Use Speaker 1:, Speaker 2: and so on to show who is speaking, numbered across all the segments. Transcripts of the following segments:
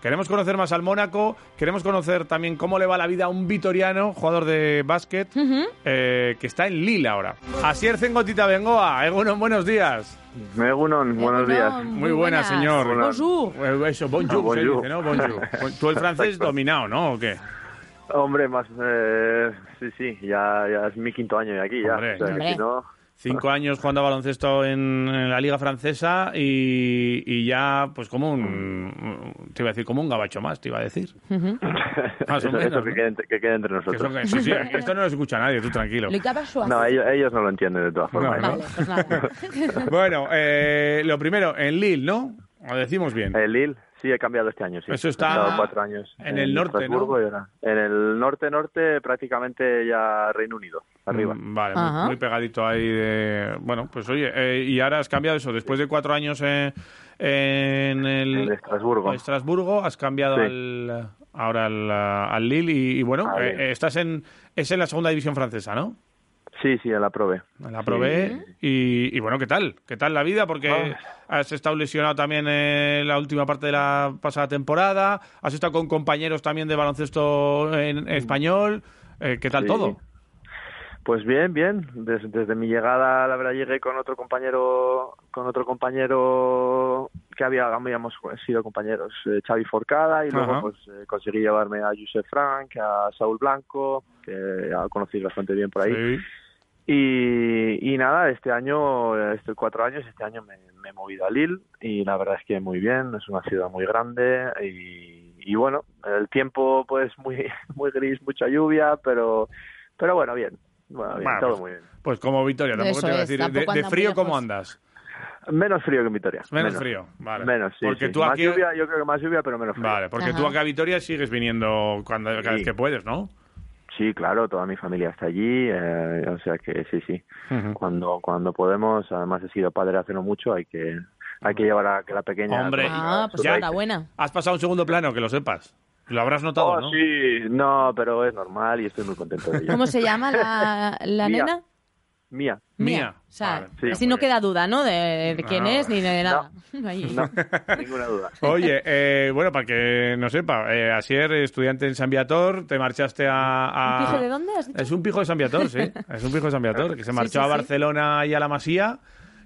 Speaker 1: Queremos conocer más al Mónaco, queremos conocer también cómo le va la vida a un vitoriano, jugador de básquet, eh, que está en Lille ahora. Asier Cengotita Bengoa, Egunon, buenos días.
Speaker 2: Egunon, buenos días.
Speaker 1: Muy buena, señor. Eh, Eso, bonjour,
Speaker 2: Ah,
Speaker 1: se
Speaker 2: bonjour.
Speaker 1: dice, ¿no? Bonjour. Bon- Tú el francés dominado, ¿no? ¿O qué?
Speaker 2: Hombre, más. Eh, sí, sí, ya, ya es mi quinto año de aquí, ya.
Speaker 1: Hombre.
Speaker 2: o sea, que
Speaker 3: Hombre.
Speaker 2: si no,
Speaker 1: Cinco años jugando a baloncesto en, en la liga francesa y, y ya, pues como un, te iba a decir, como un gabacho más, te iba a decir. Más o
Speaker 2: eso,
Speaker 1: menos,
Speaker 2: eso que,
Speaker 1: ¿no?
Speaker 2: quede, entre- que quede entre
Speaker 1: Que son-
Speaker 2: nosotros.
Speaker 1: que- sí, sí, aquí esto no lo escucha nadie, tú tranquilo.
Speaker 3: Le gaba suave.
Speaker 2: No, ellos, ellos no lo entienden de todas formas.
Speaker 1: No,
Speaker 2: ¿no?
Speaker 3: Vale, pues nada.
Speaker 1: Bueno, eh, lo primero, en Lille, ¿no? Lo decimos bien.
Speaker 2: El Eh, Lille, sí, he cambiado este año, sí.
Speaker 1: Eso está
Speaker 2: He estado cuatro años.
Speaker 1: en el norte,
Speaker 2: Estrasburgo
Speaker 1: ¿no?
Speaker 2: y ahora- En el norte-norte, prácticamente ya Reino Unido, arriba.
Speaker 1: Mm, Vale, muy-
Speaker 3: Ajá.
Speaker 1: muy pegadito ahí de... Bueno, pues oye, eh, y ahora has cambiado eso. Después de cuatro años eh, en el...
Speaker 2: En Estrasburgo.
Speaker 1: Estrasburgo, has cambiado
Speaker 2: Sí.
Speaker 1: al, ahora al, al Lille y, y bueno,
Speaker 2: Al
Speaker 1: eh,
Speaker 2: Lille.
Speaker 1: estás en... Es en la segunda división francesa, ¿no?
Speaker 2: Sí, sí, la probé.
Speaker 1: La probé y, y bueno, ¿qué tal? ¿Qué tal la vida? Porque
Speaker 2: Ah.
Speaker 1: has estado lesionado también en la última parte de la pasada temporada, has estado con compañeros también de baloncesto en español. Eh, ¿Qué tal
Speaker 2: Mm. Sí.
Speaker 1: todo?
Speaker 2: Pues bien, bien. Des- Desde, mi llegada, la verdad, llegué con otro compañero, con otro compañero que había, habíamos pues, sido compañeros, eh, Xavi Forcada, y
Speaker 1: Ajá.
Speaker 2: luego pues, eh, conseguí llevarme a Josep Frank, a Saúl Blanco, que ya conocí bastante bien por ahí.
Speaker 1: Sí.
Speaker 2: Y, y nada, este año, eh, estos cuatro años, este año me, me he movido a Lille y la verdad es que muy bien, es una ciudad muy grande y, y bueno, el tiempo pues muy, muy gris, mucha lluvia, pero, pero bueno, bien, bueno, bien,
Speaker 1: Bueno,
Speaker 2: todo
Speaker 1: pues-
Speaker 2: muy bien.
Speaker 1: Pues como Victoria, tampoco
Speaker 3: Eso
Speaker 1: te voy a
Speaker 3: es,
Speaker 1: decir. De-
Speaker 3: tampoco
Speaker 1: De,
Speaker 3: anda muy
Speaker 1: frío, ¿cómo
Speaker 3: lejos.
Speaker 1: andas?
Speaker 2: Menos frío que en Vitoria.
Speaker 1: Menos frío, vale.
Speaker 2: Menos, sí,
Speaker 1: Porque
Speaker 2: sí.
Speaker 1: tú
Speaker 2: Más
Speaker 1: aquí-
Speaker 2: lluvia, yo creo que más lluvia, pero menos frío.
Speaker 1: Vale, porque
Speaker 3: Ajá.
Speaker 1: tú acá a Vitoria sigues viniendo cuando, cada vez
Speaker 2: Sí.
Speaker 1: que puedes, ¿no?
Speaker 2: Sí, claro, toda mi familia está allí, eh, o sea que sí, sí.
Speaker 1: Ujú.
Speaker 2: Cuando cuando podemos, además he sido padre hace no mucho, hay que hay que llevar a que la pequeña.
Speaker 1: Hombre.
Speaker 3: Ah, pues
Speaker 1: Ya-
Speaker 3: enhorabuena.
Speaker 1: Has pasado a un segundo plano, que lo sepas. Lo habrás notado,
Speaker 2: Oh,
Speaker 1: ¿no?
Speaker 2: sí, no, pero es normal y estoy muy contento de ello.
Speaker 3: ¿Cómo se llama la, la
Speaker 2: Mía.
Speaker 3: nena?
Speaker 2: Mía.
Speaker 1: Mía.
Speaker 3: O sea,
Speaker 1: Vale,
Speaker 2: sí,
Speaker 3: así
Speaker 1: muy
Speaker 3: no
Speaker 1: bien.
Speaker 3: queda duda, ¿no? De, de quién
Speaker 1: No.
Speaker 3: es ni de nada. Ahí.
Speaker 2: No, ninguna duda.
Speaker 1: Oye, eh, bueno, para que no sepa, eh, Asier, estudiante en San Viator, te marchaste a... a-
Speaker 3: ¿Un pijo de dónde has dicho?
Speaker 1: Es un pijo de San Viator, sí. Es un pijo de San Viator, que se marchó
Speaker 3: sí,
Speaker 1: a
Speaker 3: sí.
Speaker 1: Barcelona y a la Masía,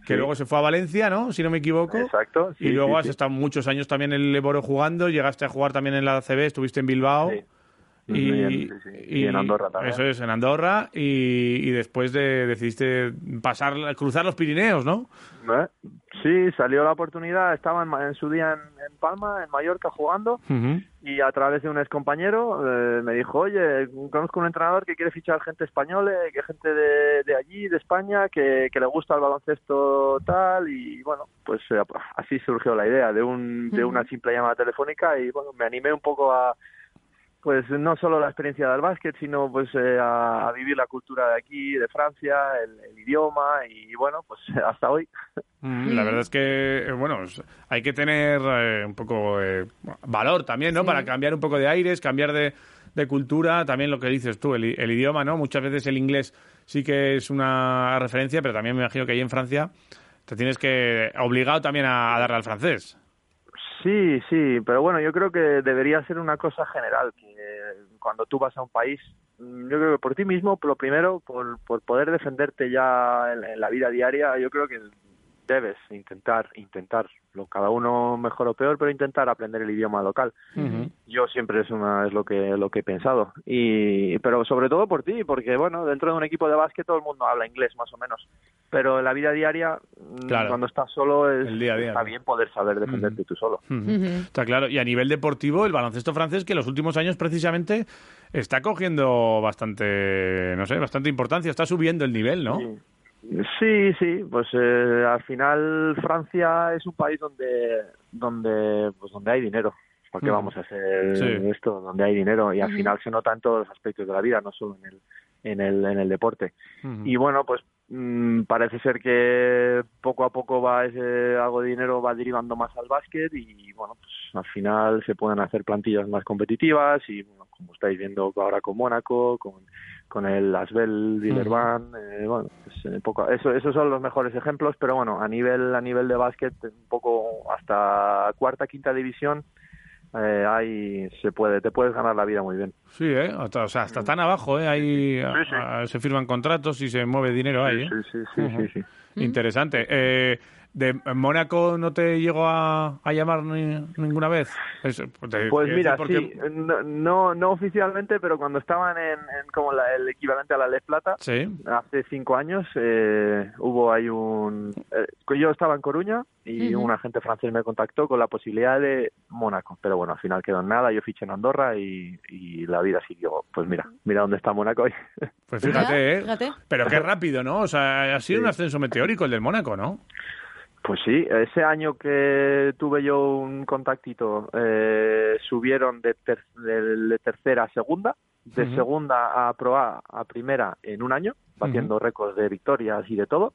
Speaker 1: que
Speaker 2: Sí.
Speaker 1: luego se fue a Valencia, ¿no? Si no me equivoco.
Speaker 2: Exacto, sí,
Speaker 1: y luego
Speaker 2: sí,
Speaker 1: has
Speaker 2: sí.
Speaker 1: estado muchos años también en Leboro jugando, llegaste a jugar también en la CB, estuviste en Bilbao.
Speaker 2: Sí.
Speaker 1: Y,
Speaker 2: Y en- sí, sí. Y en Andorra también.
Speaker 1: Eso es, en Andorra. Y, y después de, decidiste pasar, cruzar los Pirineos, ¿no?
Speaker 2: ¿Eh? Sí, salió la oportunidad, estaba en, ma- en su día en, en Palma, en Mallorca, jugando. Y a través de un excompañero eh, me dijo, oye, conozco un entrenador que quiere fichar gente española, eh, que gente de, de allí, de España, que, que le gusta el baloncesto tal. Y bueno, pues eh, así surgió la idea de, un, de una simple llamada telefónica y bueno, me animé un poco a, pues no solo la experiencia del básquet, sino pues eh, a, a vivir la cultura de aquí, de Francia, el, el idioma y bueno, pues hasta hoy.
Speaker 1: Mm, La verdad es que, eh, bueno, es- hay que tener eh, un poco eh, valor también, ¿no? Para cambiar un poco de aires, cambiar de, de cultura, también lo que dices tú, el, i- el idioma, ¿no? Muchas veces el inglés sí que es una referencia, pero también me imagino que ahí en Francia te tienes que obligado también a, a darle al francés.
Speaker 2: Sí, sí, pero bueno, yo creo que debería ser una cosa general, que cuando tú vas a un país, mm, yo creo que por ti mismo, lo primero, por, por poder defenderte ya en, en la vida diaria, yo creo que debes intentar, intentar, lo- cada uno mejor o peor, pero intentar aprender el idioma local. Yo siempre es una es lo que lo que he pensado y pero sobre todo por ti porque bueno dentro de un equipo de básquet todo el mundo habla inglés más o menos pero en la vida diaria mm,
Speaker 1: Claro.
Speaker 2: cuando estás solo es
Speaker 1: El día a día,
Speaker 2: está
Speaker 1: ¿no?
Speaker 2: bien poder saber defenderte tú solo.
Speaker 1: Está claro. Y a nivel deportivo, el baloncesto francés, que en los últimos años precisamente está cogiendo bastante, no sé, bastante importancia, está subiendo el nivel, ¿no?
Speaker 2: Sí, sí, pues eh, al final Francia es un país donde donde pues donde hay dinero. porque
Speaker 1: Mm.
Speaker 2: vamos a hacer
Speaker 1: Sí.
Speaker 2: esto donde hay dinero y al
Speaker 3: Ujú.
Speaker 2: final se nota en todos los aspectos de la vida, no solo en el, en el, en el deporte.
Speaker 1: Ujú.
Speaker 2: Y bueno, pues mm, parece ser que poco a poco va ese algo de dinero va derivando más al básquet y bueno, pues al final se pueden hacer plantillas más competitivas y bueno, como estáis viendo ahora con Mónaco, con, con el Asbel Villerban,
Speaker 1: Mm.
Speaker 2: eh, bueno, pues, eh, poco, eso, esos son los mejores ejemplos, pero bueno, a nivel a nivel de básquet un poco hasta cuarta quinta división eh, ahí se puede te puedes ganar la vida muy bien.
Speaker 1: Sí, ¿eh? Hasta, o sea, hasta tan abajo, ¿eh? Ahí a-
Speaker 2: sí.
Speaker 1: a- se firman contratos y se mueve dinero ahí, ¿eh?
Speaker 2: Sí, sí, sí, sí, sí.
Speaker 1: Interesante. Eh, ¿De Mónaco no te llegó a, a llamar ni- ninguna vez? Es- te-
Speaker 2: Pues
Speaker 1: quiero decir
Speaker 2: mira,
Speaker 1: porque-
Speaker 2: sí, no, no, no oficialmente, pero cuando estaban en, en como la- el equivalente a la Les Plata,
Speaker 1: Sí.
Speaker 2: hace cinco años, eh, hubo ahí un... eh, yo estaba en Coruña y
Speaker 3: Ujú.
Speaker 2: un agente francés me contactó con la posibilidad de Mónaco, pero bueno, al final quedó en nada, yo fiché en Andorra y, y la vida siguió. Pues mira, mira dónde está Mónaco hoy.
Speaker 1: Pues fíjate, ¿eh?
Speaker 3: Fíjate.
Speaker 1: Pero qué rápido, ¿no? O sea, ha sido
Speaker 2: Sí.
Speaker 1: un ascenso meteórico el del Mónaco, ¿no?
Speaker 2: Pues sí, ese año que tuve yo un contactito, eh, subieron de, ter- de- de tercera a segunda, de
Speaker 1: Ujú.
Speaker 2: segunda a pro A a primera en un año, batiendo récords de victorias y de todo.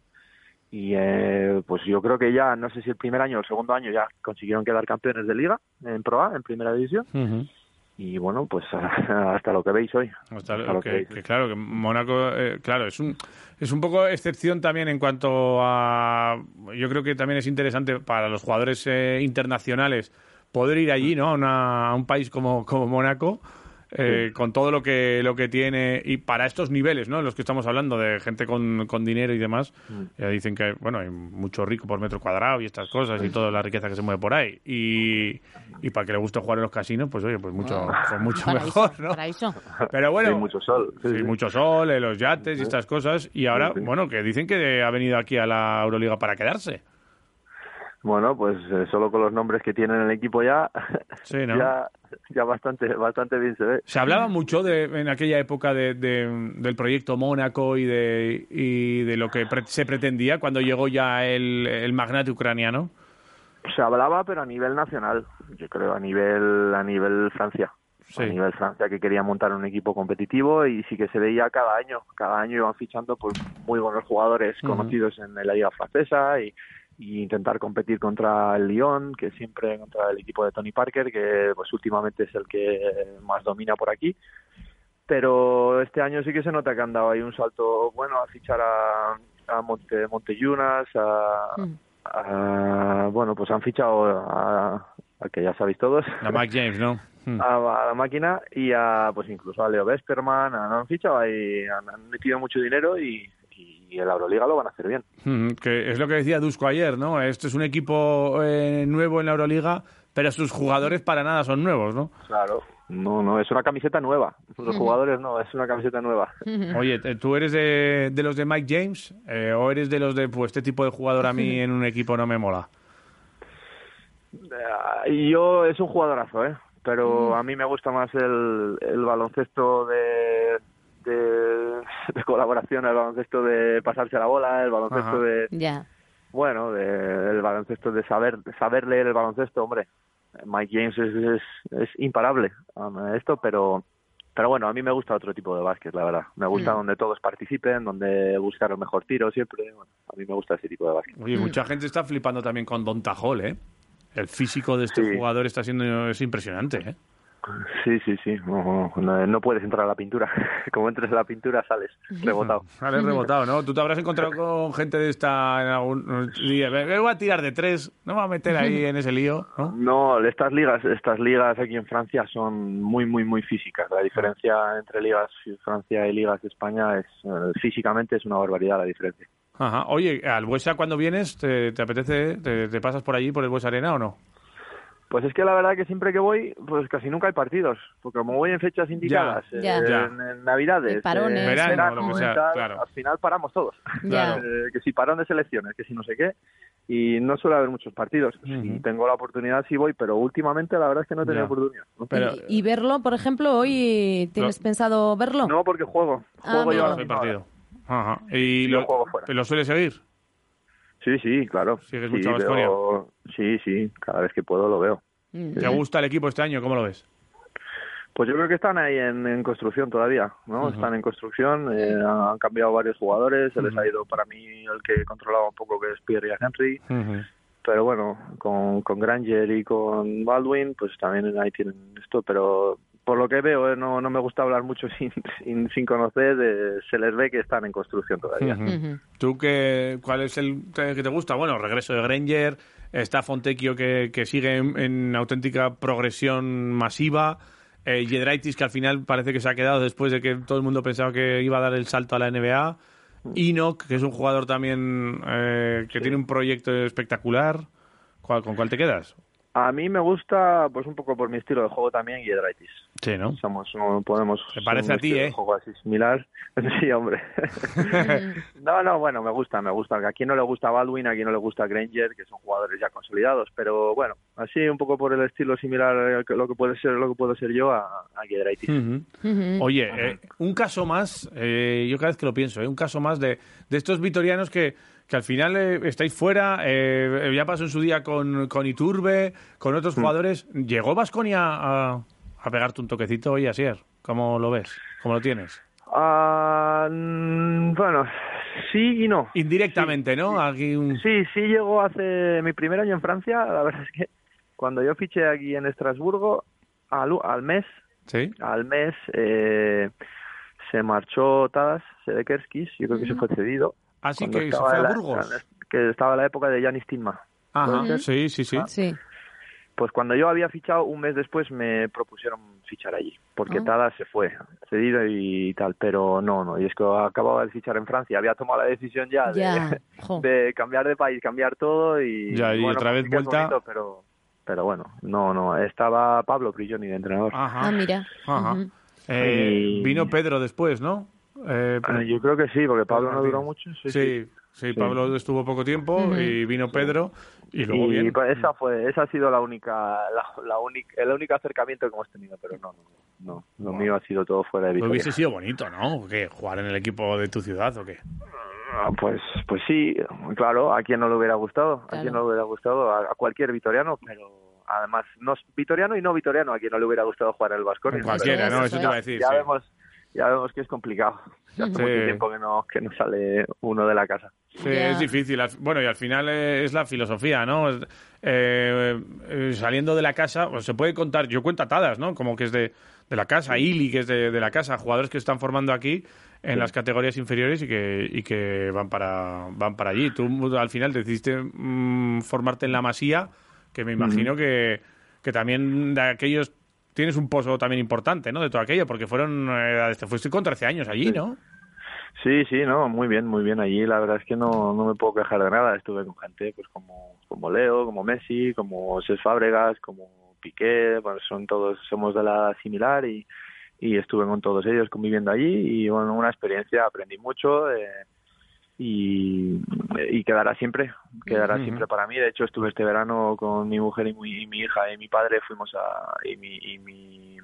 Speaker 2: Y eh, pues yo creo que ya, no sé si el primer año o el segundo año ya consiguieron quedar campeones de liga en pro A, en primera división. Y bueno, pues hasta lo que veis hoy.
Speaker 1: Hasta
Speaker 2: Hasta lo que
Speaker 1: que-
Speaker 2: dices.
Speaker 1: que claro, que Mónaco, eh, claro, es un, es un poco excepción también en cuanto a... Yo creo que también es interesante para los jugadores eh, internacionales poder ir allí, ¿no? A, una- a un país como, como Mónaco, eh, con todo lo que, lo que tiene y para estos niveles, ¿no? En los que estamos hablando de gente con, con dinero y demás,
Speaker 2: Mm.
Speaker 1: ya dicen que, bueno, hay mucho rico por metro cuadrado y estas cosas y toda la riqueza que se mueve por ahí. Y, y para que le guste jugar en los casinos, pues oye, pues mucho, pues mucho
Speaker 3: Paraíso,
Speaker 1: mejor, ¿no?
Speaker 3: paraíso.
Speaker 1: Pero bueno,
Speaker 2: Hay mucho sol.
Speaker 1: Sí, mucho sol, eh, los yates y estas cosas. Y ahora,
Speaker 2: Sí, sí.
Speaker 1: bueno, que dicen que ha venido aquí a la Euroliga para quedarse.
Speaker 2: Bueno, pues eh, solo con los nombres que tienen el equipo ya,
Speaker 1: Sí, ¿no?
Speaker 2: ya, ya bastante, bastante bien se ve.
Speaker 1: Se hablaba mucho de, en aquella época de, de- del proyecto Mónaco y de, y de lo que pre- se pretendía cuando llegó ya el, el magnate ucraniano.
Speaker 2: se hablaba pero a nivel nacional yo creo a nivel a nivel Francia
Speaker 1: Sí.
Speaker 2: a nivel Francia que quería montar un equipo competitivo y sí que se veía cada año cada año iban fichando pues muy buenos jugadores
Speaker 1: Ujú.
Speaker 2: conocidos en la liga francesa y, y intentar competir contra el Lyon que siempre contra el equipo de Tony Parker que pues últimamente es el que más domina por aquí pero este año sí que se nota que han dado ahí un salto bueno a fichar a, a Monte, Montellunas, a,
Speaker 3: Mm.
Speaker 2: Ah, bueno, pues han fichado a, a que ya sabéis todos,
Speaker 1: La Mike James, ¿no? Mm.
Speaker 2: a, a la máquina y a, pues incluso a Leo Vesperman, han, han fichado ahí, han, han metido mucho dinero y, y en la Euroliga lo van a hacer bien.
Speaker 1: Mm, Que es lo que decía Dusko ayer, ¿no? Este es un equipo eh, nuevo en la Euroliga, pero sus jugadores para nada son nuevos, ¿no?
Speaker 2: Claro. No, no, es una camiseta nueva. Los jugadores no, es una camiseta nueva.
Speaker 1: Oye, eh, ¿tú eres de, de los de Mike James eh, o eres de los de, pues, este tipo de jugador a mí en un equipo no me mola?
Speaker 2: Eh, Yo es un jugadorazo, ¿eh?
Speaker 1: Mm.
Speaker 2: Pero a mí me gusta más el, el baloncesto de, de, de colaboración, el baloncesto de pasarse la bola, el baloncesto
Speaker 1: Ajá.
Speaker 2: de,
Speaker 3: Ya.
Speaker 2: Bueno, de- el baloncesto, de saber, de saber leer el baloncesto, hombre. Mike James es, es- es imparable um, esto, pero, pero bueno, a mí me gusta otro tipo de básquet, la verdad. Me gusta
Speaker 3: Mm.
Speaker 2: donde todos participen, donde buscar el mejor tiro siempre. Bueno, a mí me gusta ese tipo de básquet.
Speaker 1: Oye, mucha gente está flipando también con Don Tajol, ¿eh? El físico de este
Speaker 2: Sí.
Speaker 1: jugador está siendo es impresionante, ¿eh?
Speaker 2: Sí, sí, sí. No, no- no puedes entrar a la pintura. Como entres a la pintura, sales rebotado.
Speaker 1: Vale, rebotado, ¿no? Tú te habrás encontrado con gente de esta en algún día. "Ve- ve, voy a tirar de tres, no me voy a meter ahí en ese lío, ¿no?
Speaker 2: No, estas ligas, estas ligas aquí en Francia son muy, muy, muy físicas. La diferencia entre ligas Francia y ligas de España es eh, físicamente es una barbaridad la diferencia.
Speaker 1: Ajá. Oye, al Buesa cuando vienes, ¿te, te apetece? Te, te pasas por allí, por el Buesa Arena o no?
Speaker 2: Pues es que la verdad que siempre que voy, pues casi nunca hay partidos, porque como voy en fechas indicadas, eh,
Speaker 3: Ya.
Speaker 1: Ya.
Speaker 2: En, en Navidades,
Speaker 3: Y parones.
Speaker 2: en
Speaker 3: Verano,
Speaker 2: verano,
Speaker 3: lo que
Speaker 2: en
Speaker 1: sea,
Speaker 2: tal,
Speaker 1: claro.
Speaker 2: al final paramos todos.
Speaker 3: Ya.
Speaker 2: Eh, que si parón de selecciones, que si no sé qué, y no suele haber muchos partidos. Si
Speaker 1: Ujú.
Speaker 2: tengo la oportunidad, sí voy, pero últimamente la verdad es que no he tenido
Speaker 1: Ya.
Speaker 2: oportunidad. ¿no?
Speaker 1: Pero-
Speaker 3: ¿Y, y verlo, por ejemplo, hoy tienes
Speaker 1: Lo-
Speaker 3: pensado verlo?
Speaker 2: No, porque juego.
Speaker 3: Ah,
Speaker 2: Juego
Speaker 3: amigo.
Speaker 2: yo a la
Speaker 1: el
Speaker 2: misma
Speaker 1: partido.
Speaker 2: hora.
Speaker 1: Ajá. ¿Y
Speaker 2: Yo juego fuera.
Speaker 1: lo suele seguir?
Speaker 2: Sí, sí, claro.
Speaker 1: Sigues
Speaker 2: sí,
Speaker 1: mucho a
Speaker 2: veo- sí, sí, cada vez que puedo lo veo.
Speaker 3: Mm.
Speaker 1: ¿Te gusta el equipo este año? ¿Cómo lo ves?
Speaker 2: Pues yo creo que están ahí en, en construcción todavía, ¿no? Están en construcción, eh, han cambiado varios jugadores, se les ha ido para mí el que controlaba un poco que es Pierre Henry, pero bueno, con, con Granger y con Baldwin, pues también ahí tienen esto, pero por lo que veo, eh, no, no me gusta hablar mucho sin, sin, sin conocer, eh, se les ve que están en construcción todavía.
Speaker 1: ¿Tú qué, cuál es el te- que te gusta? Bueno, regreso de Granger, está Fontecchio que, que sigue en, en auténtica progresión masiva, eh, Giedraitis que al final parece que se ha quedado después de que todo el mundo pensaba que iba a dar el salto a la NBA, Enoch, que es un jugador también eh, que tiene un proyecto espectacular, ¿Cuál- ¿con cuál te quedas?
Speaker 2: A mí me gusta, pues un poco por mi estilo de juego también, y Edraitis.
Speaker 1: Sí, ¿no?
Speaker 2: Somos, no podemos.
Speaker 1: Se parece a ti,
Speaker 2: un estilo de
Speaker 1: ¿eh?
Speaker 2: Juego así similar. Sí, hombre. no, no, bueno, me gusta, me gusta. A quien no le gusta Baldwin, a quien no le gusta Granger, que son jugadores ya consolidados. Pero bueno, así un poco por el estilo similar a lo que puede ser, lo que puedo ser yo a, a Giedraitis.
Speaker 1: Ujú. Oye, eh, un caso más, eh, yo cada vez que lo pienso, eh, un caso más de, de estos vitorianos que, que al final eh, estáis fuera, eh, ya pasó en su día con, con Iturbe, con
Speaker 2: Mm.
Speaker 1: otros jugadores. ¿Llegó Vasconia a, a pegarte un toquecito hoy, Asier? ¿Cómo lo ves? ¿Cómo lo tienes?
Speaker 2: Ah, mm, bueno, sí y no.
Speaker 1: Indirectamente, ¿no? Aquí un...
Speaker 2: Sí, sí llegó hace mi primer año en Francia. La verdad es que cuando yo fiché aquí en Estrasburgo, al, al mes
Speaker 1: ¿Sí?
Speaker 2: al mes eh, se marchó Tadas Sedekerskis, yo creo que se fue cedido.
Speaker 1: Así
Speaker 2: cuando
Speaker 1: que se
Speaker 2: estaba
Speaker 1: fue a
Speaker 2: la-
Speaker 1: Burgos.
Speaker 2: que estaba la época de Janis Tinma.
Speaker 1: Ajá, sí, sí,
Speaker 2: Ah.
Speaker 1: sí.
Speaker 3: Sí.
Speaker 2: Pues cuando yo había fichado, un mes después me propusieron fichar allí, porque
Speaker 3: Ah.
Speaker 2: Tadas se fue, cedido y tal, pero no, no, y es que acababa de fichar en Francia, había tomado la decisión ya de,
Speaker 3: Ya, jo.
Speaker 2: de cambiar de país, cambiar todo y...
Speaker 1: Ya, y
Speaker 2: bueno,
Speaker 1: otra vez
Speaker 2: pues sí que es
Speaker 1: vuelta.
Speaker 2: bonito, pero, pero bueno, no, no, estaba Pablo Prigioni de entrenador.
Speaker 1: Ajá.
Speaker 3: Ah, mira.
Speaker 1: Ajá.
Speaker 3: Ujú.
Speaker 1: Eh,
Speaker 2: Y-
Speaker 1: Vino Pedro después, ¿no? Eh,
Speaker 2: Ah, Yo creo que sí, porque Pablo no
Speaker 1: Martínez.
Speaker 2: duró mucho.
Speaker 1: Pues Sí, sí, Pablo estuvo poco tiempo y vino Pedro y luego
Speaker 2: y
Speaker 1: bien.
Speaker 2: pues, esa fue esa ha sido la única la, la única el único acercamiento que hemos tenido pero no no no lo mío ha sido todo fuera de
Speaker 1: Pues
Speaker 2: Vitoria
Speaker 1: hubiese sido bonito, ¿no? ¿Qué? ¿Jugar en el equipo de tu ciudad o qué?
Speaker 2: Ah, pues pues sí claro a quien no le hubiera gustado a
Speaker 3: Claro.
Speaker 2: quien no le hubiera gustado a, a cualquier vitoriano pero además no vitoriano y no vitoriano a quien no le hubiera gustado jugar en el Vasconia
Speaker 1: En cualquiera,
Speaker 3: Eso
Speaker 1: ¿no?
Speaker 3: es,
Speaker 1: Eso
Speaker 3: eso
Speaker 1: te iba a
Speaker 3: es.
Speaker 1: decir.
Speaker 2: ya
Speaker 1: sí.
Speaker 2: vemos ya vemos que es complicado ya hace
Speaker 1: Sí.
Speaker 2: mucho tiempo que no que no sale uno de la casa
Speaker 1: Sí,
Speaker 3: Ya.
Speaker 1: es difícil. Al- Bueno, y al final eh, es la filosofía, ¿no? Es- eh, eh, saliendo de la casa, pues, se puede contar, yo cuento atadas, ¿no? Como que es de, de la casa, Ili, que es de, de la casa, jugadores que están formando aquí en las categorías inferiores y que, y que van, para, van para allí. Tú al final decidiste mm, formarte en la masía, que me imagino que, que también de aquellos tienes un pozo también importante, ¿no? De todo aquello, porque fueron, eh, te fuiste con 13 años allí, ¿no?
Speaker 2: Sí, sí, no, muy bien, muy bien allí. La verdad es que no, no me puedo quejar de nada. Estuve con gente pues como, como Leo, como Messi, como Cesc Fábregas, como Piqué, bueno, son todos, somos de la edad similar y, y estuve con todos ellos conviviendo allí y bueno, una experiencia, aprendí mucho eh, y, y quedará siempre, quedará
Speaker 1: Ujú.
Speaker 2: siempre para mí. De hecho, estuve este verano con mi mujer y mi, y mi hija y mi padre, fuimos a... Y mi, y mi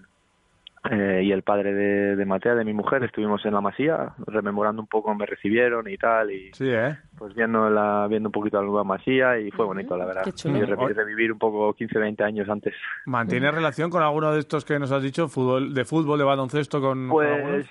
Speaker 2: eh, y el padre de, de Matea, de mi mujer, estuvimos en la masía, rememorando un poco, me recibieron y tal, y
Speaker 1: Sí, ¿eh?
Speaker 2: pues viendo la, viendo un poquito la nueva masía, y fue bonito, la verdad.
Speaker 3: qué chulo.
Speaker 2: Y re-
Speaker 1: Hoy-
Speaker 2: revivir un poco 15, 20 años antes.
Speaker 1: ¿Mantienes relación con alguno de estos que nos has dicho? Fútbol, ¿De fútbol, de baloncesto con, con
Speaker 2: Pues
Speaker 1: algunos?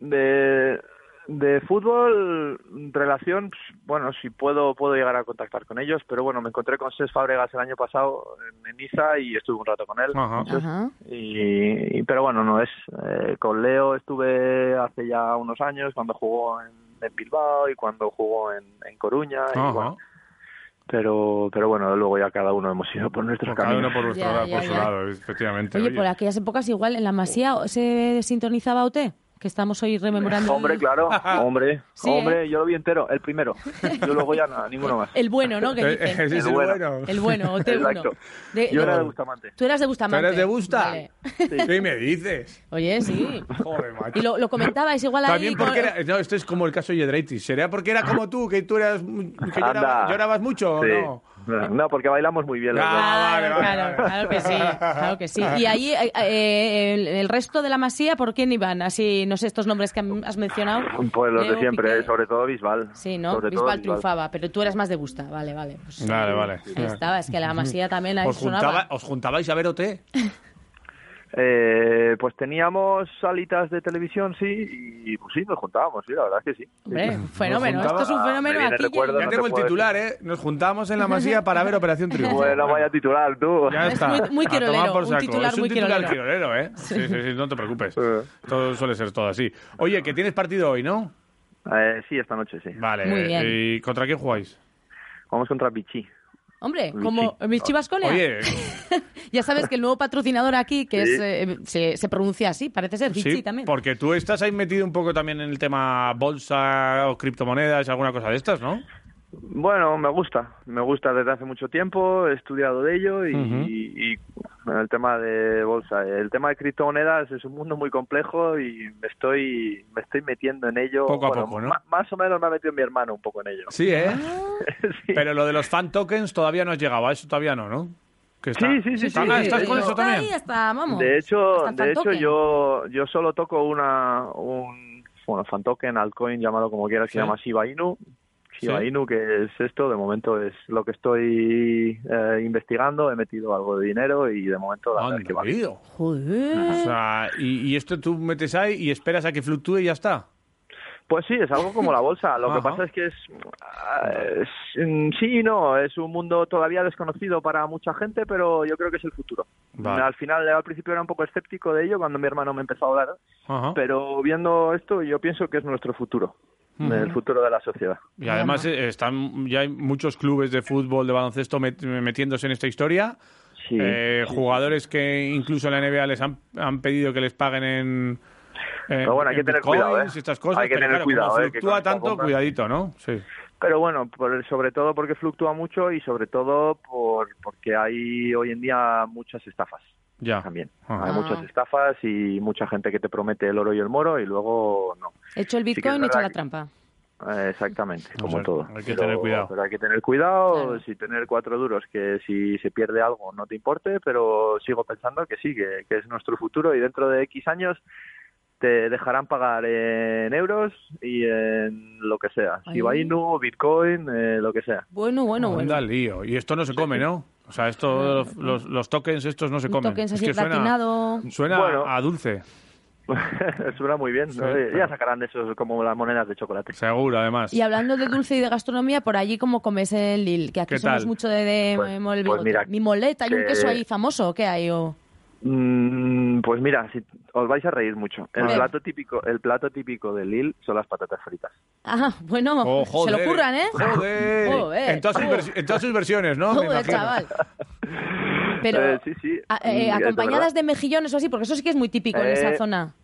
Speaker 2: de, de fútbol, relación, pues, bueno, si puedo puedo llegar a contactar con ellos, pero bueno, me encontré con Cés Fábregas el año pasado en, en Niza y estuve un rato con él.
Speaker 1: Ajá.
Speaker 3: Ajá.
Speaker 2: Y, y- pero bueno, no es. eh, con Leo estuve hace ya unos años cuando jugó en, en Bilbao y cuando jugó en, en Coruña. y
Speaker 1: Ajá.
Speaker 2: bueno, pero, pero bueno, luego ya cada uno hemos ido por nuestros
Speaker 1: Cada uno
Speaker 2: caminos.
Speaker 1: por, vuestro
Speaker 3: Ya,
Speaker 1: lado,
Speaker 3: ya,
Speaker 1: por su
Speaker 3: ya.
Speaker 1: lado, efectivamente.
Speaker 3: Oye,
Speaker 1: oye.
Speaker 3: por aquellas épocas igual en la Masía se sintonizaba OT, que estamos hoy rememorando.
Speaker 2: Hombre,
Speaker 3: el-
Speaker 2: claro, hombre,
Speaker 3: Sí, ¿eh?
Speaker 2: hombre, yo lo vi entero, el primero. Yo luego ya nada, ninguno más.
Speaker 3: El bueno, ¿no? Que
Speaker 1: Eh, eh,
Speaker 3: dicen.
Speaker 1: ese es
Speaker 2: El
Speaker 1: el
Speaker 2: bueno.
Speaker 1: bueno.
Speaker 3: El bueno, OT1.
Speaker 2: Exacto. Yo era de Bustamante.
Speaker 3: Tú eras de
Speaker 1: ¿Tú
Speaker 3: Bustamante.
Speaker 1: eres de Busta?
Speaker 3: Vale.
Speaker 1: ¿Qué me dices?
Speaker 3: Oye, sí.
Speaker 1: Joder, macho.
Speaker 3: Y lo, lo comentabais igual ahí.
Speaker 1: También
Speaker 3: con-
Speaker 1: porque era... No, esto es como el caso de Yedraitis. ¿Sería porque era como tú, que tú eras... mu- que lloraba-
Speaker 2: Anda.
Speaker 1: llorabas mucho
Speaker 2: Sí.
Speaker 1: o no?
Speaker 2: No, porque bailamos muy bien. los
Speaker 1: Ah,
Speaker 2: dos.
Speaker 1: vale,
Speaker 3: Claro,
Speaker 1: vale,
Speaker 3: claro,
Speaker 1: vale.
Speaker 3: claro que sí, claro que sí. Y ahí eh, eh, el, el resto de la masía, ¿por quién iban? Así, no sé, estos nombres que han- has mencionado.
Speaker 2: Pues los
Speaker 3: Leo,
Speaker 2: de siempre,
Speaker 3: Piqué.
Speaker 2: ¿eh? sobre todo Bisbal.
Speaker 3: Sí, ¿no?
Speaker 2: Sobre todo
Speaker 3: Bisbal triunfaba, pero tú eras más de gusta. Vale, vale. pues,
Speaker 1: Vale,
Speaker 3: ahí-
Speaker 1: vale.
Speaker 3: Ahí estaba, es que la masía también ahí
Speaker 1: ¿Os, juntaba-
Speaker 3: sonaba.
Speaker 1: os juntabais a ver OT?
Speaker 2: Eh, pues teníamos salitas de televisión, sí, y pues sí, nos juntábamos, sí, la verdad es que sí.
Speaker 3: Hombre, un fenómeno,
Speaker 1: juntaba-
Speaker 3: esto es un fenómeno
Speaker 2: Me viene
Speaker 3: aquí.
Speaker 2: recuerdo,
Speaker 1: Ya
Speaker 2: no te
Speaker 1: tengo el
Speaker 2: puedo
Speaker 1: titular, ¿eh? Nos juntábamos en la masía para ver Operación Triunfo.
Speaker 2: Bueno, vaya titular, tú.
Speaker 1: Ya
Speaker 3: Es
Speaker 1: está.
Speaker 3: muy- muy
Speaker 1: A tomar
Speaker 3: quirolero,
Speaker 1: por
Speaker 3: un
Speaker 1: saco.
Speaker 3: titular
Speaker 1: es un
Speaker 3: muy
Speaker 1: titular
Speaker 3: quirolero.
Speaker 1: quirolero, ¿eh? Sí, sí, sí, no te preocupes.
Speaker 2: Sí.
Speaker 1: Todo suele ser todo así. Oye, que tienes partido hoy, ¿no?
Speaker 2: Eh, sí, esta noche sí.
Speaker 1: Vale.
Speaker 3: Muy bien.
Speaker 1: ¿Y contra quién jugáis?
Speaker 2: Vamos contra Pichi.
Speaker 3: Hombre,
Speaker 2: Michi.
Speaker 3: como mis chivas Colea.
Speaker 1: Oye,
Speaker 3: Ya sabes que el nuevo patrocinador aquí, que
Speaker 2: Sí.
Speaker 3: es, eh, se, se pronuncia así, parece ser Vichy
Speaker 1: sí,
Speaker 3: también.
Speaker 1: porque tú estás ahí metido un poco también en el tema bolsa o criptomonedas, alguna cosa de estas, ¿no?
Speaker 2: Bueno, me gusta, me gusta desde hace mucho tiempo, he estudiado de ello y,
Speaker 1: Ujú.
Speaker 2: y- y, bueno, el tema de bolsa. El tema de criptomonedas es un mundo muy complejo y me estoy, me estoy metiendo en ello.
Speaker 1: Poco a
Speaker 2: Bueno,
Speaker 1: poco, ¿no?
Speaker 2: ma- Más o menos me ha metido mi hermano un poco en ello.
Speaker 1: Sí, ¿eh?
Speaker 3: Ah.
Speaker 2: Sí.
Speaker 1: Pero lo de los fan tokens todavía no has llegado, a eso todavía no, ¿no? Que está-
Speaker 2: Sí, sí, sí,
Speaker 1: está-
Speaker 2: sí,
Speaker 1: ah,
Speaker 2: sí,
Speaker 1: ¿Estás
Speaker 2: sí,
Speaker 1: con
Speaker 2: sí.
Speaker 1: eso
Speaker 3: Está
Speaker 1: también?
Speaker 3: ahí, está, vamos.
Speaker 2: De hecho,
Speaker 3: hasta el
Speaker 2: de hecho
Speaker 3: token.
Speaker 2: yo, yo solo toco una, un bueno, fan token, altcoin, llamado como quieras,
Speaker 1: Sí.
Speaker 2: que se llama Shiba Inu. Shiba
Speaker 1: Sí.
Speaker 2: Inu, que es esto, de momento es lo que estoy eh, investigando. He metido algo de dinero y de momento la verdad es que
Speaker 1: Anda,
Speaker 2: vale.
Speaker 1: tío. O
Speaker 3: Joder.
Speaker 1: sea, y, y esto tú metes ahí y esperas a que fluctúe y ya está.
Speaker 2: Pues sí, es algo como la bolsa. Lo
Speaker 1: Ajá.
Speaker 2: que pasa es que es, ah, es, mm, sí y no, es un mundo todavía desconocido para mucha gente, pero yo creo que es el futuro.
Speaker 1: Vale.
Speaker 2: Al final, al principio era un poco escéptico de ello cuando mi hermano me empezó a hablar,
Speaker 1: Ajá.
Speaker 2: pero viendo esto yo pienso que es nuestro futuro, el futuro de la sociedad.
Speaker 1: Y además eh, están ya hay muchos clubes de fútbol, de baloncesto met- metiéndose en esta historia.
Speaker 2: Sí.
Speaker 1: Eh, jugadores que incluso en la NBA les han, han pedido que les paguen en. en-
Speaker 2: Pero bueno, hay que
Speaker 1: en
Speaker 2: tener
Speaker 1: bitcoins
Speaker 2: cuidado, ¿eh?
Speaker 1: y estas cosas.
Speaker 2: Hay que
Speaker 1: pero
Speaker 2: tener
Speaker 1: claro, como
Speaker 2: cuidado, ¿eh? Que
Speaker 1: fluctúa
Speaker 2: con esta
Speaker 1: tanto,
Speaker 2: bomba-
Speaker 1: cuidadito, ¿no? Sí.
Speaker 2: Pero bueno, por- sobre todo porque fluctúa mucho y sobre todo por, porque hay hoy en día muchas estafas
Speaker 1: Ya.
Speaker 2: también.
Speaker 1: Ajá.
Speaker 2: Hay muchas estafas y mucha gente que te promete el oro y el moro y luego no.
Speaker 3: Hecho el
Speaker 2: que es
Speaker 3: Bitcoin,
Speaker 2: verdad
Speaker 3: hecha la
Speaker 2: que-
Speaker 3: trampa.
Speaker 2: Eh, Exactamente,
Speaker 1: O
Speaker 2: como
Speaker 1: sea,
Speaker 2: todo.
Speaker 1: hay que tener cuidado.
Speaker 2: Pero hay que tener cuidado,
Speaker 3: Claro.
Speaker 2: si tener cuatro duros, que si se pierde algo no te importe, pero sigo pensando que sí, que, que es nuestro futuro y dentro de X años te dejarán pagar en euros y en lo que sea.
Speaker 3: Ahí.
Speaker 2: Shiba Inu, Bitcoin, eh, lo que sea.
Speaker 3: Bueno, bueno, bueno.
Speaker 1: Anda lío. Y esto no se come, ¿no? O sea, esto, los, los- los tokens estos no se
Speaker 3: Un
Speaker 1: comen.
Speaker 3: tokens
Speaker 1: Es
Speaker 3: así
Speaker 1: que suena,
Speaker 3: platinado.
Speaker 1: suena
Speaker 2: Bueno.
Speaker 1: a dulce,
Speaker 2: Suena muy bien, ¿no?
Speaker 1: Sí, claro.
Speaker 2: ya sacarán de esos como las monedas de chocolate.
Speaker 1: seguro, además.
Speaker 3: Y hablando de dulce y de gastronomía, por allí como comes el Lille, que aquí
Speaker 1: ¿Qué
Speaker 3: somos
Speaker 1: tal?
Speaker 3: mucho de, de
Speaker 2: Pues-
Speaker 3: mol-
Speaker 2: pues
Speaker 3: bigote.
Speaker 2: mira,
Speaker 3: mi moleta, hay un
Speaker 2: que-
Speaker 3: queso ahí famoso, ¿qué hay? O...
Speaker 2: Mm, pues mira, si, os vais a reír mucho. El
Speaker 3: Vale.
Speaker 2: plato típico, el plato típico de Lille son las patatas fritas.
Speaker 3: Ah, bueno,
Speaker 1: Oh, joder.
Speaker 3: se lo curran, ¿eh?
Speaker 1: Joder.
Speaker 3: Joder.
Speaker 1: En, todas sus versi- en todas sus versiones, ¿no? Me
Speaker 3: Joder,
Speaker 1: imagino.
Speaker 3: chaval. Pero
Speaker 2: Eh, sí, sí.
Speaker 3: a- eh,
Speaker 2: Mm, es
Speaker 3: acompañadas
Speaker 2: verdad.
Speaker 3: de mejillones o así, porque eso sí que es muy típico en
Speaker 2: Eh,
Speaker 3: esa zona.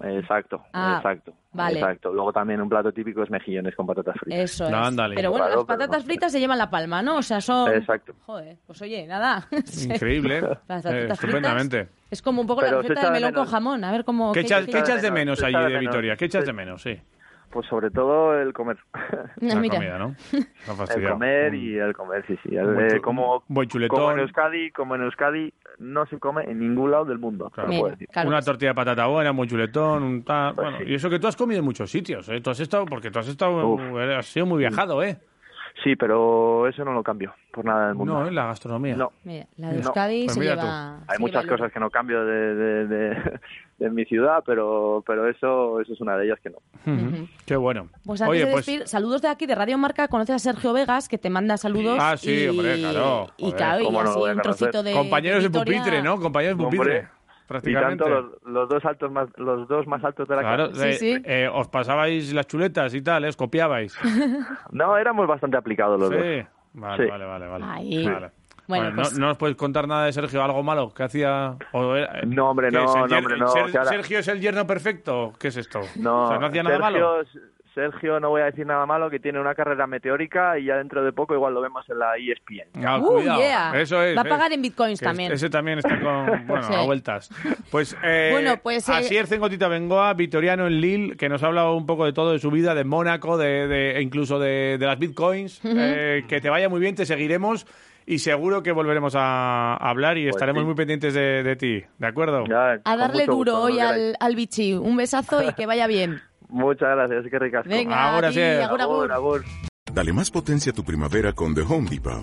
Speaker 2: Exacto,
Speaker 3: Ah,
Speaker 2: exacto.
Speaker 3: vale.
Speaker 2: Exacto. Luego también un plato típico es mejillones con patatas fritas.
Speaker 3: Eso es.
Speaker 1: No, ándale.
Speaker 3: Pero bueno,
Speaker 2: Claro,
Speaker 3: las
Speaker 2: pero
Speaker 3: patatas
Speaker 2: no.
Speaker 3: fritas se llevan la palma, ¿no? O sea, son...
Speaker 2: Exacto.
Speaker 3: Joder, pues oye, nada.
Speaker 1: Increíble. ¿eh?
Speaker 3: Las
Speaker 1: Eh,
Speaker 3: patatas
Speaker 1: estupendamente.
Speaker 3: fritas es como un poco la
Speaker 2: Pero se
Speaker 3: receta
Speaker 2: echa
Speaker 3: de
Speaker 2: de
Speaker 3: melón con
Speaker 2: menos.
Speaker 3: jamón. A ver cómo...
Speaker 1: ¿Qué echas, qué
Speaker 2: se echa
Speaker 1: echas de
Speaker 2: de menos,
Speaker 1: menos
Speaker 2: se
Speaker 1: allí
Speaker 2: echa de
Speaker 1: de
Speaker 2: menos.
Speaker 1: Vitoria? ¿Qué echas
Speaker 2: Sí.
Speaker 1: de menos? Sí.
Speaker 2: Pues sobre todo el comer.
Speaker 3: No,
Speaker 1: La
Speaker 3: mira.
Speaker 1: Ah, comida, ¿no? Está
Speaker 2: El
Speaker 1: fastidiado.
Speaker 2: comer y el comer, sí, sí. El,
Speaker 1: Un buen
Speaker 2: eh,
Speaker 1: chu-
Speaker 2: como,
Speaker 1: un buen chuletón.
Speaker 2: como en Euskadi, como en Euskadi, no se come en ningún lado del mundo.
Speaker 1: Claro.
Speaker 2: se
Speaker 3: Mira,
Speaker 2: puede decir.
Speaker 3: claro
Speaker 1: Una
Speaker 3: que sí.
Speaker 1: tortilla de patata buena, un buen chuletón, un tal.
Speaker 2: Pues
Speaker 1: bueno,
Speaker 2: sí.
Speaker 1: y eso que tú has comido en muchos sitios, ¿eh? Tú has estado, porque tú has estado,
Speaker 2: Uf.
Speaker 1: has sido muy viajado, ¿eh?
Speaker 2: Sí, pero eso no lo cambio por nada del mundo.
Speaker 1: No, en la gastronomía.
Speaker 2: No.
Speaker 3: Mira, la de
Speaker 2: No,
Speaker 3: Euskadi
Speaker 1: pues
Speaker 3: se
Speaker 1: mira
Speaker 3: lleva...
Speaker 2: Hay
Speaker 3: se lleva
Speaker 2: muchas
Speaker 3: el-
Speaker 2: cosas que no cambio de, de, de- de mi ciudad, pero, pero eso, eso es una de ellas que no.
Speaker 1: Ujú. Qué bueno.
Speaker 3: Pues antes
Speaker 1: Oye,
Speaker 3: de
Speaker 1: pues,
Speaker 3: despedir, saludos de aquí, de Radio Marca. Conoces a Sergio Vegas, que te manda saludos.
Speaker 1: Ah, sí,
Speaker 3: y,
Speaker 1: hombre, claro.
Speaker 3: Y
Speaker 1: Joder,
Speaker 3: claro, y
Speaker 2: cómo no lo
Speaker 3: así
Speaker 2: voy a
Speaker 3: un
Speaker 2: conocer.
Speaker 3: trocito de.
Speaker 1: compañeros de,
Speaker 3: Vitoria.
Speaker 1: pupitre, ¿no? Compañeros de pupitre.
Speaker 2: Hombre, Y
Speaker 1: Prácticamente.
Speaker 2: tanto los, los dos altos más, los dos más altos de la
Speaker 1: Claro,
Speaker 3: Sí,
Speaker 1: eh,
Speaker 3: sí.
Speaker 1: eh, os pasabais las chuletas y tal, ¿eh? os copiabais.
Speaker 2: casa. No, éramos bastante aplicados los dos.
Speaker 1: Sí. Vale,
Speaker 2: Sí.
Speaker 1: vale, vale, vale.
Speaker 3: Ahí.
Speaker 1: Vale.
Speaker 3: Bueno,
Speaker 1: Bueno,
Speaker 3: pues-
Speaker 1: no, no nos puedes contar nada de Sergio, algo malo que hacía. o era-
Speaker 2: No, hombre,
Speaker 1: ¿qué es
Speaker 2: no,
Speaker 1: el
Speaker 2: no,
Speaker 1: yer-
Speaker 2: hombre, no,
Speaker 1: Ser-
Speaker 2: que ahora-
Speaker 1: Sergio es el yerno perfecto. ¿Qué es esto?
Speaker 2: No,
Speaker 1: O sea, no hacía nada
Speaker 2: Sergio-
Speaker 1: malo.
Speaker 2: Sergio, no voy a decir nada malo, que tiene una carrera meteórica y ya dentro de poco igual lo vemos en la E ESPN.
Speaker 1: Ah,
Speaker 3: Uh,
Speaker 1: cuidado.
Speaker 3: yeah.
Speaker 1: Eso es.
Speaker 3: Va a
Speaker 1: eh.
Speaker 3: pagar en bitcoins
Speaker 1: Que
Speaker 3: también.
Speaker 1: Ese también está con, bueno,
Speaker 3: Sí.
Speaker 1: a vueltas. Pues, eh,
Speaker 3: Bueno, pues, eh,
Speaker 1: Asier Cengotita Bengoa, Vitoriano en Lille, que nos ha hablado un poco de todo, de su vida, de Mónaco, de, de- e incluso de, de las bitcoins. Eh, que te vaya muy bien, te seguiremos y seguro que volveremos a hablar y estaremos
Speaker 2: sí.
Speaker 1: muy pendientes de, de ti. ¿De acuerdo?
Speaker 2: Ya,
Speaker 3: A
Speaker 2: con
Speaker 3: darle
Speaker 2: mucho gusto,
Speaker 3: duro
Speaker 2: cuando
Speaker 3: hoy
Speaker 2: queráis.
Speaker 3: al, al bichi. Un besazo y que vaya bien.
Speaker 2: Muchas gracias, que ricasco.
Speaker 3: Venga,
Speaker 1: Ahora
Speaker 3: a ti,
Speaker 1: sí.
Speaker 3: agur, agur.
Speaker 2: Agur, agur.
Speaker 4: Dale más potencia a tu primavera con The Home Depot.